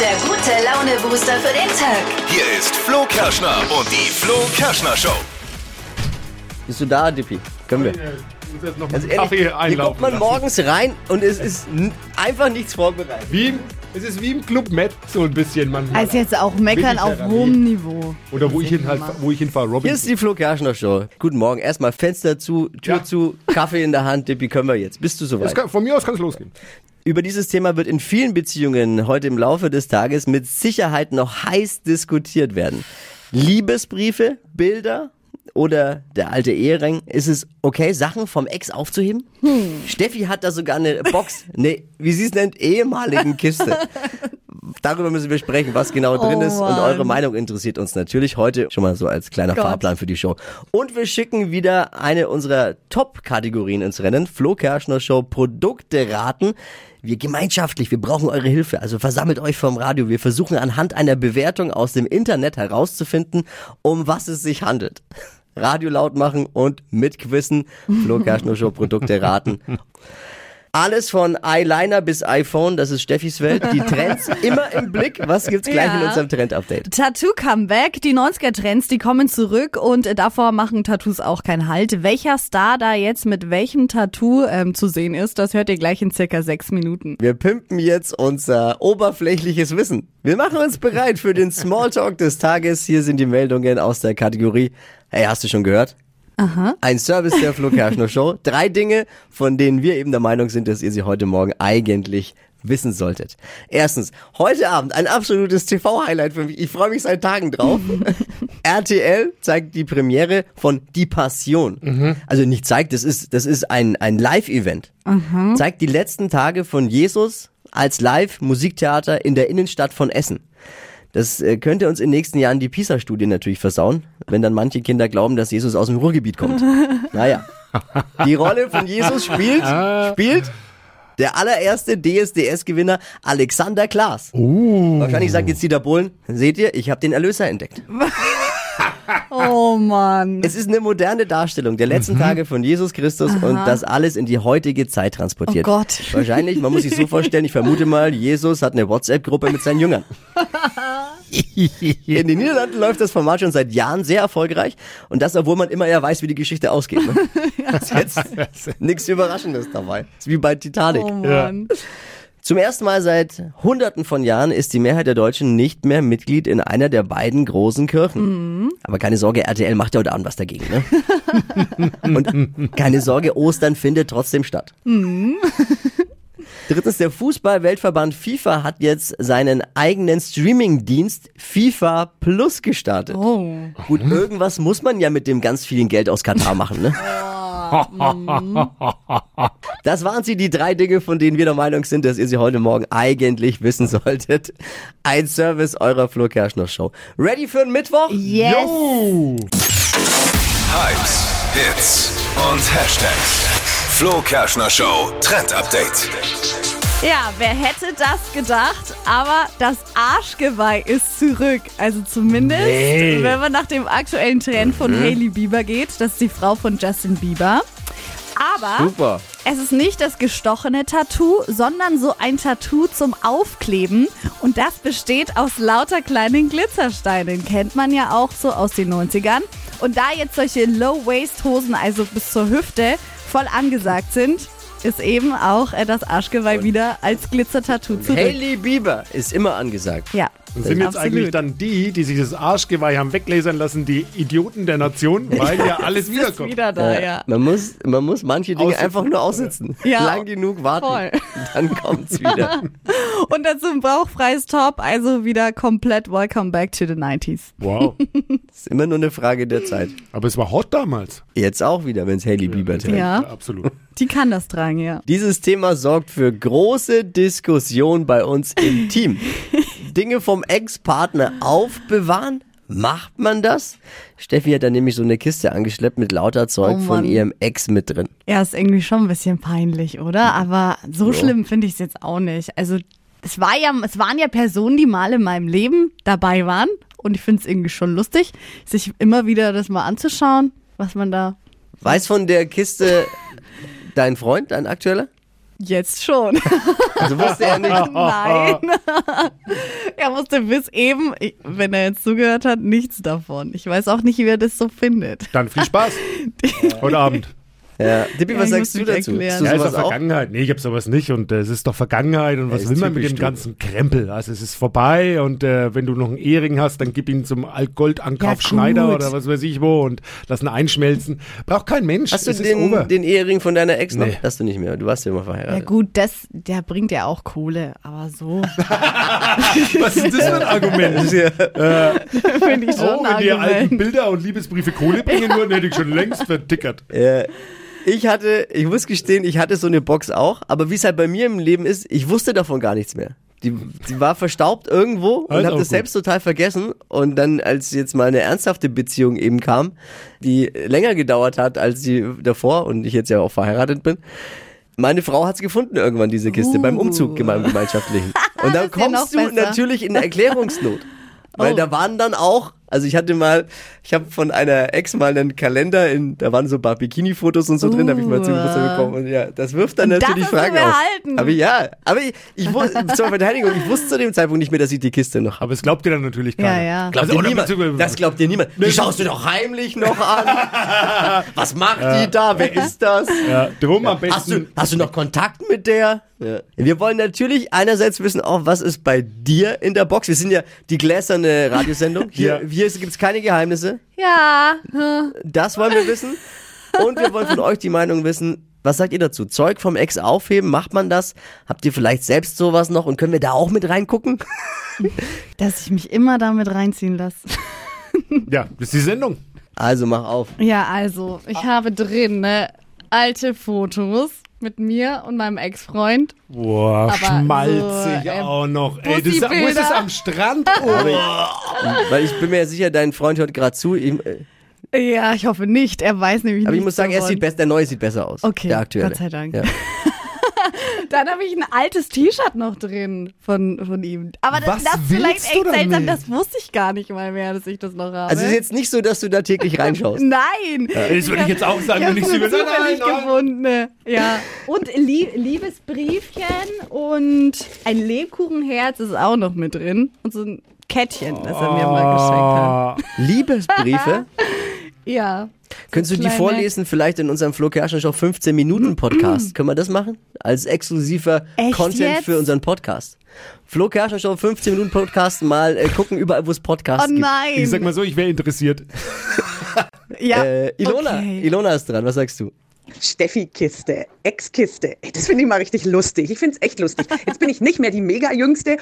der gute Laune-Booster für den Tag. Hier ist Flo Kerschner und die Flo Kerschner Show. Bist du da, Dippi? Können wir. Muss jetzt noch Also einen Kaffee ehrlich, hier einlaufen guckt man lassen. morgens rein und es ist n- einfach nichts vorbereitet. Wie im, es ist wie im Club Med so ein bisschen manchmal. Also jetzt auch meckern auf Therapie. hohem Niveau. Oder wo ich, hin halt, wo ich hinfahre, Robin. Hier ist die Flo Kerschner Show. Guten Morgen. Erstmal Fenster zu, Tür Ja. zu, Kaffee in der Hand. Dippi, können wir jetzt. Bist du Es soweit? kann, von mir aus kann es losgehen. Über dieses Thema wird in vielen Beziehungen heute im Laufe des Tages mit Sicherheit noch heiß diskutiert werden. Liebesbriefe, Bilder oder der alte Ehering. Ist es okay, Sachen vom Ex aufzuheben? Steffi hat da sogar eine Box, ne, wie sie es nennt, ehemaligen Kiste. Darüber müssen wir sprechen, was genau drin ist. Und Mann. eure Meinung interessiert uns natürlich heute schon mal so als kleiner Fahrplan für die Show. Und wir schicken wieder eine unserer Top-Kategorien ins Rennen. Flo Kerschner Show Produkte raten. Wir gemeinschaftlich, wir brauchen eure Hilfe. Also versammelt euch vom Radio. Wir versuchen anhand einer Bewertung aus dem Internet herauszufinden, um was es sich handelt. Radio laut machen und mitquissen. Flo Kerschner Show Produkte raten. Alles von Eyeliner bis iPhone, das ist Steffis Welt. Die Trends immer im Blick. Was gibt's gleich Ja. in unserem Trend-Update? Tattoo Comeback, die 90er Trends, die kommen zurück und äh, davor machen Tattoos auch keinen Halt. Welcher Star da jetzt mit welchem Tattoo ähm, zu sehen ist, das hört ihr gleich in circa sechs Minuten. Wir pimpen jetzt unser oberflächliches Wissen. Wir machen uns bereit für den Smalltalk des Tages. Hier sind die Meldungen aus der Kategorie. Hey, hast du schon gehört? Aha. Ein Service der Flo Kerschner Show. Drei Dinge, von denen wir eben der Meinung sind, dass ihr sie heute Morgen eigentlich wissen solltet. Erstens, heute Abend ein absolutes TV-Highlight für mich. Ich freue mich seit Tagen drauf. RTL zeigt die Premiere von Die Passion. Also nicht zeigt, das ist, das ist ein, ein Live-Event. Zeigt die letzten Tage von Jesus als Live-Musiktheater in der Innenstadt von Essen. Das äh, könnte uns in den nächsten Jahren die PISA-Studie natürlich versauen, wenn dann manche Kinder glauben, dass Jesus aus dem Ruhrgebiet kommt. Naja. Die Rolle von Jesus spielt, spielt der allererste DSDS-Gewinner Alexander Klaas. Wahrscheinlich sagt jetzt Dieter Bohlen, seht ihr, ich habe den Erlöser entdeckt. Oh Mann. Es ist eine moderne Darstellung der letzten Tage von Jesus Christus und das alles in die heutige Zeit transportiert. Oh Gott. Wahrscheinlich, man muss sich so vorstellen, ich vermute mal, Jesus hat eine WhatsApp-Gruppe mit seinen Jüngern. In den Niederlanden läuft das Format schon seit Jahren sehr erfolgreich und das, obwohl man immer ja weiß, wie die Geschichte ausgeht. Ne? Das ist jetzt nichts Überraschendes dabei. Ist wie bei Titanic. Oh Mann. Zum ersten Mal seit Hunderten von Jahren ist die Mehrheit der Deutschen nicht mehr Mitglied in einer der beiden großen Mhm. Kirchen. Aber keine Sorge, RTL macht ja heute Abend was dagegen. Ne? Und keine Sorge, Ostern findet trotzdem statt. Drittens, der Fußball-Weltverband FIFA hat jetzt seinen eigenen Streaming-Dienst FIFA Plus gestartet. Oh. Gut, irgendwas muss man ja mit dem ganz vielen Geld aus Katar machen, ne? Oh, Das waren sie, die drei Dinge, von denen wir der Meinung sind, dass ihr sie heute Morgen eigentlich wissen solltet. Ein Service eurer Flo Kerschner Show. Ready für einen Mittwoch? Yes. Uh, Hypes, Hits und Hashtags. Flo Kerschner Show Trend Update. Ja, wer hätte das gedacht? Aber das Arschgeweih ist zurück. Also zumindest, wenn man nach dem aktuellen Trend von Hailey Bieber geht. Das ist die Frau von Justin Bieber. Aber Super. es ist nicht das gestochene Tattoo, sondern so ein Tattoo zum Aufkleben. Und das besteht aus lauter kleinen Glitzersteinen. Kennt man ja auch so aus den 90ern. Und da jetzt solche Low-Waist-Hosen, also bis zur Hüfte, voll angesagt sind, ist eben auch äh, das Arschgeweih wieder als Glitzer-Tattoo zurück. Hailey Bieber ist immer angesagt. Ja. Das sind jetzt absolut. eigentlich dann die, die sich das Arschgeweih haben weglasern lassen, die Idioten der Nation, weil ja alles ist wiederkommt. wieder da, ja. Äh, Man muss, man muss manche Dinge Aussitzen. einfach nur aussitzen. Ja. Lang genug warten. Voll. Dann kommt's wieder. Und dazu ein bauchfreies Top, also wieder komplett Welcome Back to the 90s. Wow. Ist immer nur eine Frage der Zeit. Aber es war hot damals. Jetzt auch wieder, wenn's Hailey Bieber trägt. Ja. Absolut. Die kann das tragen, ja. Dieses Thema sorgt für große Diskussion bei uns im Team. Dinge vom Ex-Partner aufbewahren? Macht man das? Steffi hat da nämlich so eine Kiste angeschleppt mit lauter Zeug Oh von Mann. ihrem Ex mit drin. Ja, ist irgendwie schon ein bisschen peinlich, oder? Aber so schlimm finde ich es jetzt auch nicht. Also es war ja, es waren ja Personen, die mal in meinem Leben dabei waren und ich finde es irgendwie schon lustig, sich immer wieder das mal anzuschauen, was man da. Weiß von der Kiste dein Freund, dein aktueller? Jetzt schon. Also wusste er nicht. Nein. er wusste bis eben, wenn er jetzt zugehört hat, nichts davon. Ich weiß auch nicht, wie er das so findet. Dann viel Spaß heute Abend. Ja. Dippi, was ich muss sagst du mich dazu? erklären. Hast Ja, Ja, ist doch sowas auch? Vergangenheit. Nee, ich hab sowas nicht und äh, es ist doch Vergangenheit und was ist will man mit typisch dem du. ganzen Krempel? Also es ist vorbei und äh, wenn du noch einen Ehering hast, dann gib ihn zum Ja, Altgoldankauf gut. Schneider oder was weiß ich wo und lass ihn einschmelzen. Braucht kein Mensch. Hast du es ist over. den, den Ehering von deiner Ex noch? Nee. Hast du nicht mehr. Du warst ja immer Ja verheiratet. gut, das, der bringt ja auch Kohle, aber so was ist das für ein Argument? finde ich schon Oh, wenn ein die alten Argument. Bilder und Liebesbriefe Kohle bringen würden, hätte ich schon längst vertickert. Äh, Ich hatte, ich muss gestehen, ich hatte so eine Box auch, aber wie es halt bei mir im Leben ist, ich wusste davon gar nichts mehr. Die, die war verstaubt irgendwo und Also habe auch das gut. selbst total vergessen. Und dann, als jetzt mal eine ernsthafte Beziehung eben kam, die länger gedauert hat als die davor und ich jetzt ja auch verheiratet bin, meine Frau hat es gefunden irgendwann, diese Kiste, beim Umzug geme- im gemeinschaftlichen. Und dann Uh. ist ja noch kommst du besser. natürlich in Erklärungsnot. Weil Oh. da waren dann auch, also ich hatte mal, ich habe von einer Ex mal einen Kalender, in, da waren so ein paar Bikini-Fotos und so drin, da habe ich mal zu Geburtstag bekommen. Und ja, das wirft dann Und das natürlich hast du Fragen behalten. auf. Aber ja, aber ich, ich wusste, zur Verteidigung, ich wusste zu dem Zeitpunkt nicht mehr, dass ich die Kiste noch habe. Aber es glaubt dir dann natürlich keiner. ja. Glaubt Also, dir oder niemand, beziehungsweise- das glaubt dir niemand. Die schaust du doch heimlich noch an. Was macht die da? Wer ist das? Ja, drum am besten. Hast du, hast du noch Kontakt mit der? Wir wollen natürlich einerseits wissen, auch was ist bei dir in der Box. Wir sind ja die gläserne Radiosendung. Hier, Ja. hier gibt es keine Geheimnisse. Ja, Das wollen wir wissen. Und wir wollen von euch die Meinung wissen. Was sagt ihr dazu? Zeug vom Ex aufheben, macht man das? Habt ihr vielleicht selbst sowas noch und können wir da auch mit reingucken? dass ich mich immer damit reinziehen lasse. Ja, das ist die Sendung. Also mach auf. Ja, also, ich habe drin ne, alte Fotos mit mir und meinem Ex-Freund. Boah, Aber schmalzig so, ähm, auch noch. Ey, das, Bussi-Bilder. wo ist das am Strand? Oh. Weil ich bin mir ja sicher, dein Freund hört gerade zu. ihm, äh, Ja, ich hoffe nicht. Er weiß nämlich Aber nicht. ich muss sagen, er sieht besser, der neue sieht besser aus. Okay, der aktuelle. Gott sei Dank. Ja. Dann habe ich ein altes T-Shirt noch drin von, von ihm. Aber das, Was das ist vielleicht willst du echt seltsam. damit? Das wusste ich gar nicht mal mehr, dass ich das noch habe. Also es ist jetzt Äh. nicht so, dass du da täglich reinschaust. Nein! Das würde ich jetzt auch sagen, wenn ich sie sie über Nein, zufällig nein. gefunden. ne. Ja. Und Lie Liebesbriefchen und ein Lebkuchenherz ist auch noch mit drin. Und so ein Kettchen, das er mir mal geschenkt Ah, hat. Liebesbriefe? Oh. Ja. Könntest du die kleine- vorlesen, vielleicht in unserem Flo Kerschner Show 15 Minuten Podcast? Können wir das machen? Als exklusiver Echt Content jetzt? für unseren Podcast. Flo Kerschner Show 15 Minuten Podcast mal äh, gucken überall, wo es Oh Podcasts ich sag nein! mal so, ich wäre interessiert. Ja. gibt. Äh, Ilona, Okay. Ilona ist dran, was sagst du? Steffi-Kiste, Ex-Kiste. Ey, Das finde ich mal richtig lustig. Ich finde es echt lustig. Jetzt bin ich nicht mehr die Mega-Jüngste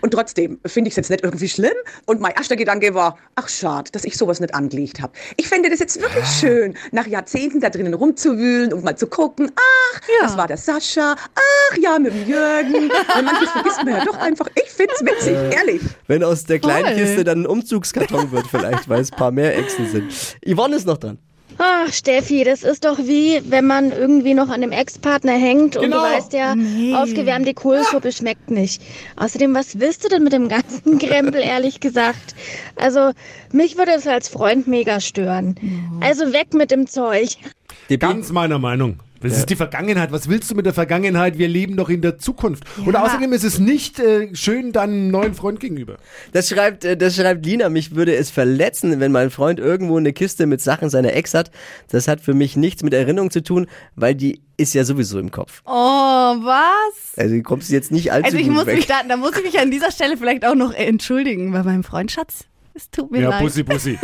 und trotzdem finde ich es jetzt nicht irgendwie schlimm. Und mein erster Gedanke war, ach schade, dass ich sowas nicht angelegt habe. Ich fände das jetzt wirklich schön, nach Jahrzehnten da drinnen rumzuwühlen und mal zu gucken, ach, das war der Sascha, ach ja, mit dem Jürgen. Weil manches vergisst man ja doch einfach. Ich finde es witzig, ehrlich. Wenn aus der kleinen Voll. Kiste dann ein Umzugskarton wird vielleicht, weil es ein paar mehr Echsen sind. Yvonne ist noch dran. Ach, Steffi, das ist doch wie, wenn man irgendwie noch an dem Ex-Partner hängt und du Genau. weißt ja, aufgewärmte Kohlsuppe schmeckt nicht. Außerdem, was willst du denn mit dem ganzen Krempel, ehrlich gesagt? Also, mich würde es als Freund mega stören. Also weg mit dem Zeug. DP? Ganz meiner Meinung. Das ist die Vergangenheit. Was willst du mit der Vergangenheit? Wir leben doch in der Zukunft. Und außerdem ist es nicht äh, schön deinem neuen Freund gegenüber. Das schreibt, äh, das schreibt Lina, mich würde es verletzen, wenn mein Freund irgendwo eine Kiste mit Sachen seiner Ex hat. Das hat für mich nichts mit Erinnerung zu tun, weil die ist ja sowieso im Kopf. Oh, was? Also du kommst jetzt nicht allzu Also ich gut muss weg. mich da, da muss ich mich an dieser Stelle vielleicht auch noch äh, entschuldigen bei meinem Freund Schatz. Es tut mir Ja, leid. Bussi, Bussi.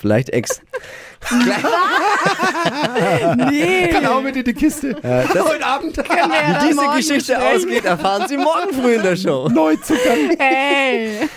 Vielleicht Ex. Gleich- Nee. Kann auch mit in die Kiste. Heute Abend. wir- Wie diese Morgen Geschichte sprechen. ausgeht, erfahren Sie morgen früh in der Show. Neuzugang. Hey.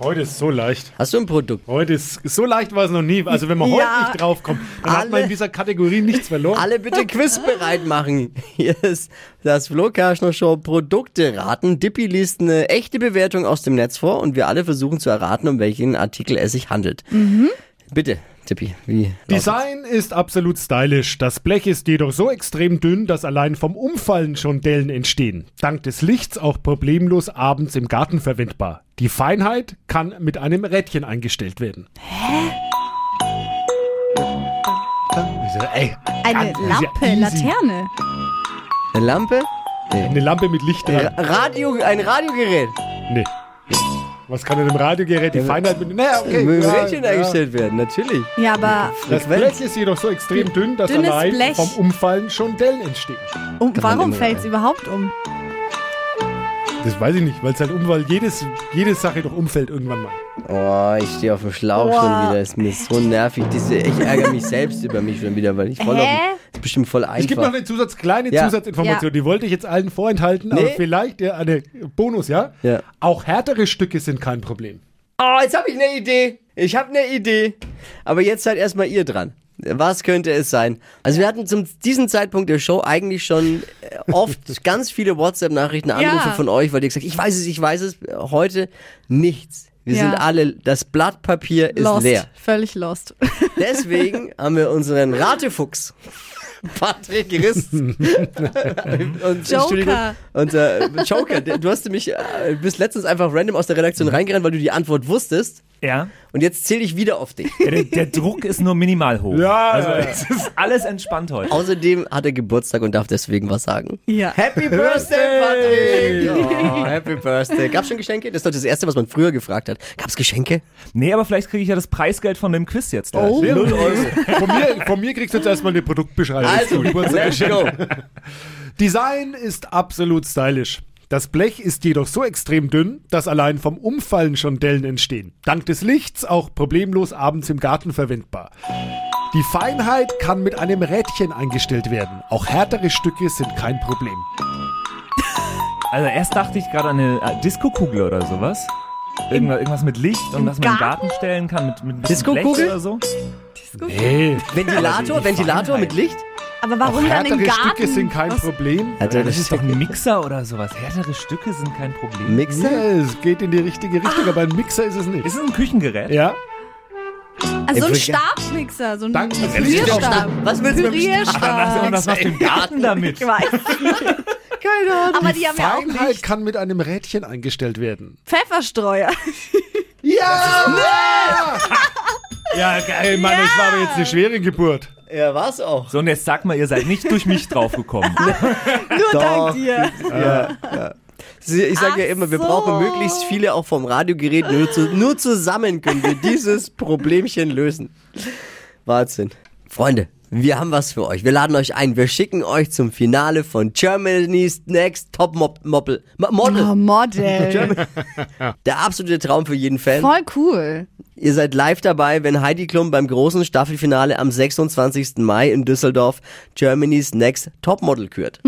Heute ist so leicht. Hast du ein Produkt? Heute ist so leicht war es noch nie. Also wenn man Ja. heute nicht draufkommt, dann Alle- hat man in dieser Kategorie nichts verloren. Alle bitte Quiz bereit machen. Hier ist das Flo Kerschner Show Produkte raten. Dippy liest eine echte Bewertung aus dem Netz vor und wir alle versuchen zu erraten, um welchen Artikel es sich handelt. Mhm. Bitte, Dippy, wie? lautet- Design ist absolut stylisch. Das Blech ist jedoch so extrem dünn, dass allein vom Umfallen schon Dellen entstehen. Dank des Lichts auch problemlos abends im Garten verwendbar. Die Feinheit kann mit einem Rädchen eingestellt werden. Hä? Ey, Eine Äh, ganz- das ist ja Lampe, easy. Laterne. Eine Lampe? Eine Lampe mit Licht Ra- dran. Radio, ein Radiogerät. Nee. Was kann in einem Radiogerät die Feinheit mit. Naja, okay. Mit dem ja, Rädchen ja. eingestellt werden, natürlich. Ja, aber Das Blech ist jedoch so extrem dünn, dass Dünnes allein Blech. vom Umfallen schon Dellen entstehen. um, man warum immer- fällt es überhaupt um? Das weiß ich nicht, weil es halt um, weil jedes, jede Sache doch umfällt irgendwann mal. Oh, ich stehe auf dem Schlauch schon Boah. wieder. Ist mir so nervig. Diese, ich ärgere mich selbst über mich schon wieder, weil ich voll auf, Hä? ist bestimmt voll einfach. Ich gebe noch eine Zusatz, kleine Ja. Zusatzinformation, Ja. die wollte ich jetzt allen vorenthalten, aber Nee. vielleicht ja, eine Bonus, ja? Ja. Auch härtere Stücke sind kein Problem. Oh, jetzt habe ich eine Idee. Ich habe eine Idee. Aber jetzt seid erstmal ihr dran. Was könnte es sein? Also wir hatten zum diesem Zeitpunkt der Show eigentlich schon äh, oft ganz viele WhatsApp-Nachrichten, Anrufe Ja. von euch, weil ihr gesagt, habt, ich weiß es, ich weiß es. Heute nichts. Wir Ja. sind alle, das Blatt Papier ist Lost. leer. Völlig lost. Deswegen haben wir unseren Ratefuchs. Patrick Riss. und Joker. Entschuldigung, Unser Joker. der- Du hast nämlich, äh, bist letztens einfach random aus der Redaktion reingerannt, weil du die Antwort wusstest. Ja. Und jetzt zähle ich wieder auf dich. Ja, Der, der Druck ist nur minimal hoch. Ja, Also ja, ja. es ist alles entspannt heute. Außerdem hat er Geburtstag und darf deswegen was sagen. Ja. Happy Birthday, Patrick! Oh, happy Birthday. Gab's schon Geschenke? Das ist doch das Erste, was man früher gefragt hat. Gab's Geschenke? Nee, aber vielleicht kriege ich ja das Preisgeld von dem Quiz jetzt. Oh. gleich. Null Euro. Von mir, von mir kriegst du jetzt erstmal eine Produktbeschreibung. Also, Zum let's Geburtstag. go. Design ist absolut stylisch. Das Blech ist jedoch so extrem dünn, dass allein vom Umfallen schon Dellen entstehen. Dank des Lichts auch problemlos abends im Garten verwendbar. Die Feinheit kann mit einem Rädchen eingestellt werden. Auch härtere Stücke sind kein Problem. Also erst dachte ich gerade an eine äh, Disco-Kugel oder sowas. Irgendwas, irgendwas mit Licht und dass man im Garten stellen kann mit, mit ein bisschen Blech Disco-Kugel? oder so. Hey, Ventilator? Ventilator mit Licht? Aber warum dann im härtere Garten? Stücke sind kein Was- Problem. Alter, Das ist doch ein Mixer oder sowas. Härtere Stücke sind kein Problem. Ja, Mixer? es geht in die richtige Ah. Richtung, aber ein Mixer ist es nicht. Ist es ein Küchengerät? Ja, Also so ein Ey, wir- Stabmixer, so ein Danke. Pürierstab. Was willst du mit dem Ah, Also, und Pürierstab. was macht im Garten damit? Ich weiß. Keine Ahnung. Aber die haben ja auch Feinheit nicht. kann mit einem Rädchen eingestellt werden. Pfefferstreuer. Ja, geil, Mann, das war aber jetzt eine schwere Geburt. Ja, war's auch. So, und jetzt sag mal, ihr seid nicht durch mich draufgekommen. Nur Doch. dank dir. Sie- Ich sage ja Ach immer, wir so. brauchen möglichst viele auch vom Radiogerät. Nur, zu, nur zusammen können wir dieses Problemchen lösen. Wahnsinn. Freunde, wir haben was für euch. Wir laden euch ein. Wir schicken euch zum Finale von Germany's Next Top Mop Moppel. Mo- Model. Oh, Model. Der absolute Traum für jeden Fan. Voll cool. Ihr seid live dabei, wenn Heidi Klum beim großen Staffelfinale am 26. Mai in Düsseldorf Germany's Next Topmodel kürt.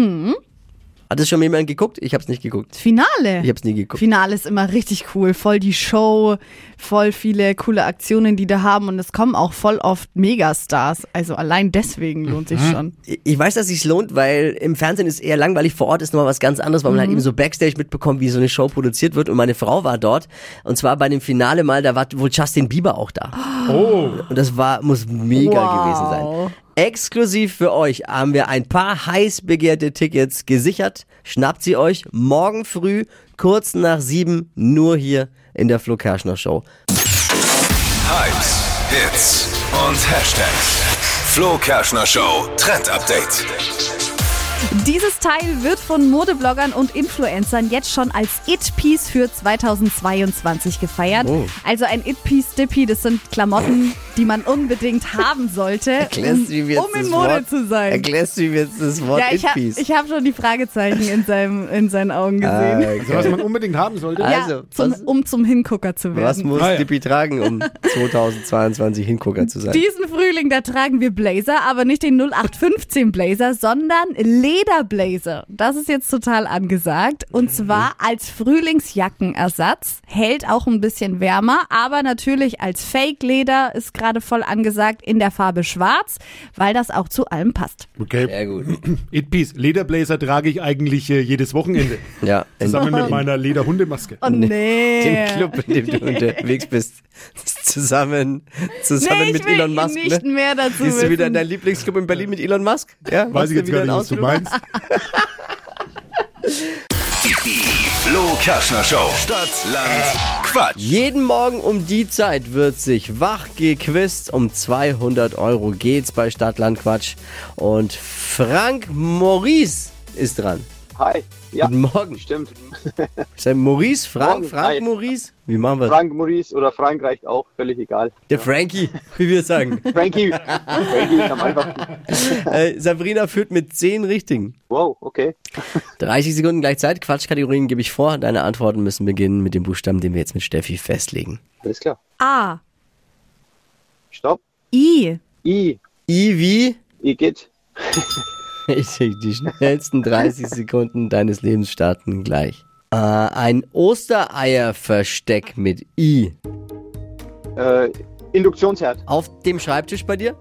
Hat es schon jemand geguckt? Ich hab's nicht geguckt. Finale. Ich hab's nie geguckt. Finale ist immer richtig cool, voll die Show, voll viele coole Aktionen, die da haben und es kommen auch voll oft Megastars. Also allein deswegen lohnt sich schon. Ich- Ich weiß, dass sich's lohnt, weil im Fernsehen ist eher langweilig, vor Ort ist nochmal was ganz anderes, weil man halt eben so Backstage mitbekommt, wie so eine Show produziert wird. Und meine Frau war dort. Und zwar bei dem Finale mal, da war wohl Justin Bieber auch da. Oh. Und das war, muss mega Wow. gewesen sein. Exklusiv für euch haben wir ein paar heiß begehrte Tickets gesichert. Schnappt sie euch morgen früh, kurz nach sieben, nur hier in der Flo Kerschner Show. Hypes, Hits und Hashtags. Flo Kerschner Show Trend Update. Dieses Teil wird von Modebloggern und Influencern jetzt schon als It-Piece für 2022 gefeiert. Oh. Also ein It-Piece-Dippy, das sind Klamotten, die man unbedingt haben sollte, um, Erklärst du ihm jetzt um in das Mode Wort- zu sein. Erklärst du ihm jetzt das Wort Ja, ich habe It-Piece? hab schon die Fragezeichen in, seinem, in seinen Augen gesehen. Ah, Also, was okay. man unbedingt haben sollte. Ah. also, ja, zum, was- um zum Hingucker zu werden. Was muss Ah, ja. Dippy tragen, um 2022 Hingucker zu sein? Diesen Frühling, da tragen wir Blazer, aber nicht den 0815 Blazer, sondern Lederblazer. Das ist jetzt total angesagt. Und Mhm. zwar als Frühlingsjackenersatz. Hält auch ein bisschen wärmer, aber natürlich als Fake-Leder ist gerade voll angesagt in der Farbe schwarz, weil das auch zu allem passt. Okay. Sehr gut. It Peace. Lederblazer trage ich eigentlich äh, jedes Wochenende. Ja, in Zusammen mit meiner Lederhundemaske. Oh nee. dem Club, in dem du unterwegs bist. Zusammen, zusammen Nee, ich mit will Elon Musk. nicht ne? mehr dazu Bist du wieder in wissen. deinem Lieblingsclub in Berlin mit Elon Musk? Ja, Weiß machst ich jetzt wieder gar nicht, einen was du Ausflug? meinst. Die Flo Kerschner Show. Stadt, Land, Quatsch. Jeden Morgen um die Zeit wird sich wach gequizt. Um 200 Euro geht's bei Stadtland Quatsch. Und Frank Maurice ist dran. Hi. Ja, Guten Morgen. stimmt. Ist der Maurice? Frank? Morgen, Frank hi. Maurice? Wie machen wir Frank Maurice oder Frank reicht auch, völlig egal. Der Frankie, wie wir sagen. Frankie. Frankie ist am einfachsten. äh, Sabrina führt mit 10 richtigen. Wow, okay. 30 Sekunden gleich Zeit. Quatschkategorien gebe ich vor. Deine Antworten müssen beginnen mit dem Buchstaben, den wir jetzt mit Steffi festlegen. Alles klar. A. Stopp. I. I. I wie? I geht. Ich denke, Die schnellsten 30 Sekunden deines Lebens starten gleich. Äh, ein Ostereierversteck mit I. Äh, Induktionsherd. Auf dem Schreibtisch bei dir?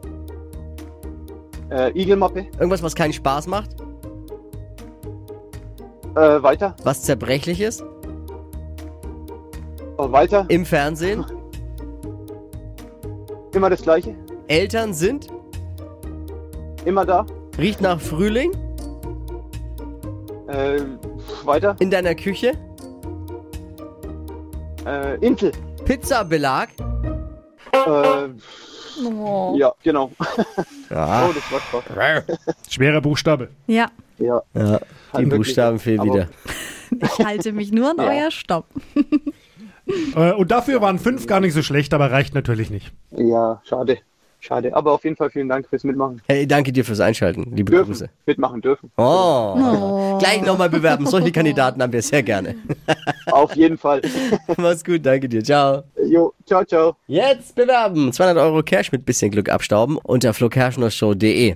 Äh, Igelmappe. Irgendwas, was keinen Spaß macht? Äh, weiter. Was zerbrechlich ist? Oh, weiter. Im Fernsehen? Immer das Gleiche. Eltern sind? Immer da. Riecht nach Frühling? Äh, weiter. In deiner Küche? Äh, Intel. Pizzabelag? Äh, Ja, genau. Ah. Oh, das war Spaß. Schwerer Buchstabe. Ja, Ja. Ja, die wirklich. Buchstaben fehlen Aber- wieder. ich halte mich nur an euer Stopp. Äh, und dafür waren fünf gar nicht so schlecht, aber reicht natürlich nicht. ja, schade. Schade. Aber auf jeden Fall vielen Dank fürs Mitmachen. Hey, danke dir fürs Einschalten. Liebe Dürfen. Grüße. Mitmachen dürfen. Oh. Gleich nochmal bewerben. Solche Kandidaten haben wir sehr gerne. Auf jeden Fall. Mach's gut, danke dir. Ciao. Jo, ciao, ciao. Jetzt bewerben. 200 Euro Cash mit bisschen Glück abstauben unter flokerschnershow.de.